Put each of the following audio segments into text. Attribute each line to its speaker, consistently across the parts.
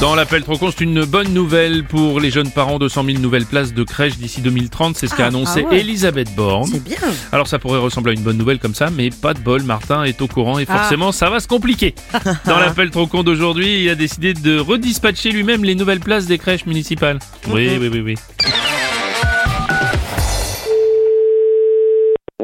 Speaker 1: Dans l'appel trop con, c'est une bonne nouvelle pour les jeunes parents. 200 000 nouvelles places de crèche d'ici 2030, c'est ce qu'a
Speaker 2: Ah,
Speaker 1: annoncé
Speaker 2: ah ouais.
Speaker 1: Elisabeth Borne.
Speaker 2: C'est bien.
Speaker 1: Alors ça pourrait ressembler à une bonne nouvelle comme ça, mais pas de bol, Martin est au courant et
Speaker 2: Ah.
Speaker 1: forcément ça va se compliquer. Dans l'appel trop con d'aujourd'hui, il a décidé de redispatcher lui-même les nouvelles places des crèches municipales. Oui, oui, oui, oui.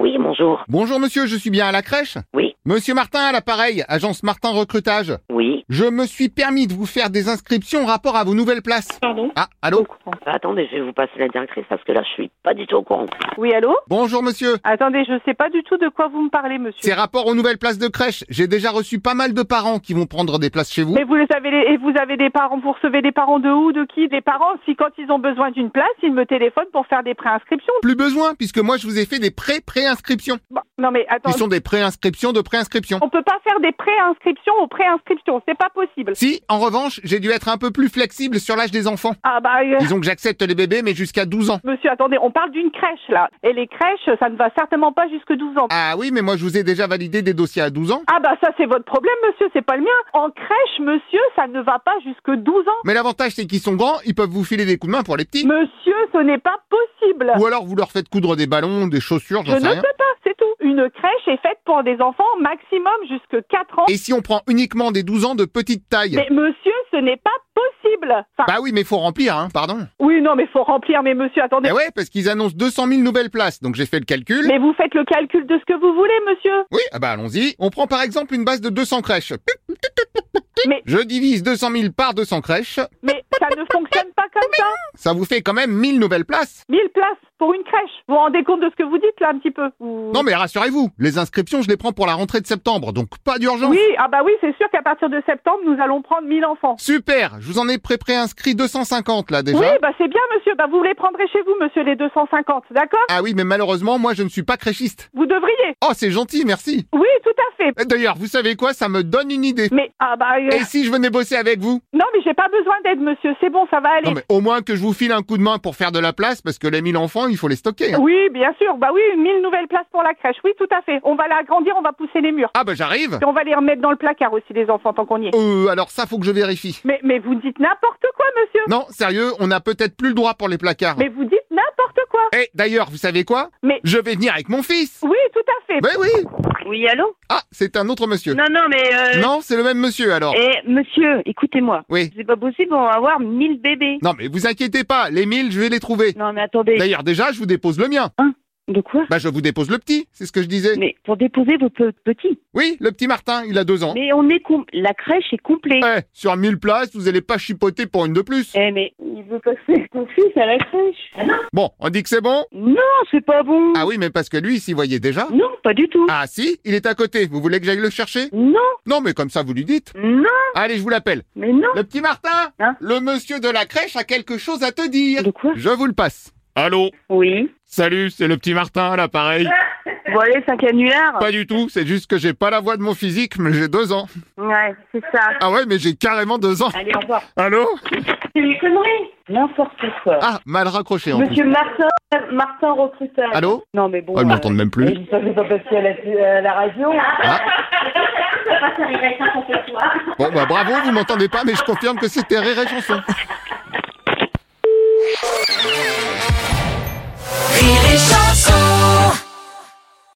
Speaker 3: Oui, bonjour.
Speaker 4: Bonjour monsieur, je suis bien à la crèche
Speaker 3: Oui.
Speaker 4: Monsieur Martin à l'appareil, agence Martin Recrutage.
Speaker 3: Oui.
Speaker 4: Je me suis permis de vous faire des inscriptions en rapport à vos nouvelles places.
Speaker 3: Pardon
Speaker 4: Ah, allô
Speaker 3: Attendez, je vais vous passer la directrice parce que là, je suis pas du tout au courant.
Speaker 5: Oui, allô
Speaker 4: Bonjour monsieur,
Speaker 5: Attendez, je sais pas du tout de quoi vous me parlez, monsieur.
Speaker 4: c'est rapport aux nouvelles places de crèche. J'ai déjà reçu pas mal de parents qui vont prendre des places chez vous.
Speaker 5: Mais vous les avez les- et vous avez des parents, vous recevez des parents de où, de qui Des parents, si quand ils ont besoin d'une place, ils me téléphonent pour faire des préinscriptions.
Speaker 4: Plus besoin, puisque moi je vous ai fait des pré-pré-inscriptions.
Speaker 5: Bon, non mais attends,
Speaker 4: Qui sont des pré-inscriptions de pré-inscriptions.
Speaker 5: on peut pas faire des préinscriptions aux préinscriptions, c'est pas possible.
Speaker 4: Si, en revanche, j'ai dû être un peu plus flexible sur l'âge des enfants.
Speaker 5: Ah bah, euh,
Speaker 4: Disons que j'accepte les bébés, mais jusqu'à 12 ans.
Speaker 5: monsieur, attendez, on parle d'une crèche là, et les crèches, ça ne va certainement pas jusque 12 ans.
Speaker 4: Ah oui, mais moi je vous ai déjà validé des dossiers à 12 ans.
Speaker 5: Ah bah ça c'est votre problème, monsieur, c'est pas le mien. En crèche, monsieur, ça ne va pas jusque 12 ans.
Speaker 4: Mais l'avantage c'est qu'ils sont grands, ils peuvent vous filer des coups de main pour les petits.
Speaker 5: Monsieur, ce n'est pas possible.
Speaker 4: Ou alors vous leur faites coudre des ballons, des chaussures,
Speaker 5: Je
Speaker 4: j'en sais
Speaker 5: ne
Speaker 4: rien.
Speaker 5: peux pas, c'est tout. Une crèche est faite pour des enfants maximum jusque 4 ans.
Speaker 4: Et si on prend uniquement des 12 ans de petite taille
Speaker 5: Mais monsieur, ce n'est pas possible. Enfin,
Speaker 4: Bah oui, mais faut remplir, hein, pardon.
Speaker 5: oui, non, mais faut remplir. Mais monsieur, attendez.
Speaker 4: Eh ouais, parce qu'ils annoncent 200 000 nouvelles places, donc j'ai fait le calcul.
Speaker 5: Mais vous faites le calcul de ce que vous voulez, monsieur.
Speaker 4: Oui, ah bah allons-y. On prend par exemple une base de 200 crèches.
Speaker 5: Mais-
Speaker 4: Je divise 200 000 par 200 crèches,
Speaker 5: Mais ça ne fonctionne pas comme ça.
Speaker 4: ça vous fait quand même 1000 nouvelles places.
Speaker 5: 1000 places pour une crèche. Vous vous rendez compte de ce que vous dites là un petit peu Ou-
Speaker 4: Non mais rassurez-vous, les inscriptions je les prends pour la rentrée de septembre, donc pas d'urgence.
Speaker 5: Oui, ah bah oui, c'est sûr qu'à partir de septembre, nous allons prendre 1000 enfants.
Speaker 4: Super, je vous en ai pré-pré-inscrit 250 là déjà.
Speaker 5: Oui, bah c'est bien, monsieur. Bah vous les prendrez chez vous, monsieur, les 250, d'accord
Speaker 4: Ah oui, mais malheureusement moi je ne suis pas crèchiste.
Speaker 5: Vous devriez.
Speaker 4: Oh c'est gentil, merci.
Speaker 5: Oui, tout à fait.
Speaker 4: Eh, D'ailleurs, vous savez quoi Ça me donne une idée.
Speaker 5: Mais ah bah euh,
Speaker 4: Et si je venais bosser avec vous
Speaker 5: non, mais j'ai pas besoin d'aide, monsieur. C'est bon, ça va aller.
Speaker 4: Non mais au moins que je vous file un coup de main pour faire de la place, parce que les 1000 enfants, il faut les stocker. hein.
Speaker 5: Oui, bien sûr. Bah oui, 1000 nouvelles places pour la crèche. Oui, tout à fait. On va l'agrandir, on va pousser les murs.
Speaker 4: Ah bah j'arrive
Speaker 5: Et on va les remettre dans le placard aussi, les enfants, tant qu'on y est.
Speaker 4: Euh, alors ça, faut que je vérifie.
Speaker 5: Mais, mais vous dites n'importe quoi, monsieur.
Speaker 4: Non, sérieux, on n'a peut-être plus le droit pour les placards.
Speaker 5: Mais vous dites n'importe quoi.
Speaker 4: Eh, d'ailleurs, vous savez quoi
Speaker 5: Mais-
Speaker 4: Je vais venir avec mon fils
Speaker 5: Oui, tout à fait.
Speaker 4: Ben oui
Speaker 6: Oui, allô
Speaker 4: Ah, c'est un autre monsieur.
Speaker 6: Non, non, mais... Euh...
Speaker 4: Non, c'est le même monsieur, alors.
Speaker 6: eh, monsieur, écoutez-moi.
Speaker 4: Oui.
Speaker 6: C'est pas possible, on va avoir 1000 bébés.
Speaker 4: Non mais vous inquiétez pas, les 1000, je vais les trouver.
Speaker 6: Non, mais attendez.
Speaker 4: D'ailleurs, déjà, je vous dépose le mien.
Speaker 6: De quoi
Speaker 4: Bah je vous dépose le petit, c'est ce que je disais.
Speaker 6: Mais pour déposer vos pe- petits.
Speaker 4: Oui, le petit Martin, il a deux ans.
Speaker 6: Mais on est... com- La crèche est complète.
Speaker 4: Eh, sur 1000 places, vous allez pas chipoter pour une de plus.
Speaker 6: Eh, mais il veut passer son fils à la crèche.
Speaker 4: Bon, on dit que c'est bon
Speaker 6: Non, c'est pas bon.
Speaker 4: Ah oui, mais parce que lui, il s'y voyait déjà.
Speaker 6: Non, pas du tout.
Speaker 4: Ah si, il est à côté. Vous voulez que j'aille le chercher
Speaker 6: Non,
Speaker 4: Non, mais comme ça, vous lui dites.
Speaker 6: non,
Speaker 4: Allez, je vous l'appelle.
Speaker 6: mais non.
Speaker 4: Le petit Martin
Speaker 6: Hein
Speaker 4: Le monsieur de la crèche a quelque chose à te dire.
Speaker 6: De quoi
Speaker 4: Je vous le passe. Allô
Speaker 6: Oui.
Speaker 4: Salut, c'est le petit Martin à l'appareil.
Speaker 6: Bon, allez, c'est un canular.
Speaker 4: Pas du tout, c'est juste que j'ai pas la voix de mon physique, mais j'ai deux ans.
Speaker 6: Ouais, c'est ça.
Speaker 4: Ah ouais, mais j'ai carrément deux ans.
Speaker 6: Allez, au revoir.
Speaker 4: Allô
Speaker 6: C'est une connerie. N'importe quoi.
Speaker 4: Ah, mal raccroché en plus.
Speaker 6: Monsieur Martin, Martin recruteur.
Speaker 4: Allô
Speaker 6: Non, mais bon.
Speaker 4: Ah, ils
Speaker 6: euh,
Speaker 4: m'entendent même plus.
Speaker 6: Je dis pas que c'est pas passé à la, à la radio.
Speaker 4: Ah. Bon, bah bravo, vous m'entendez pas, mais je confirme que c'était Rire et Chanson.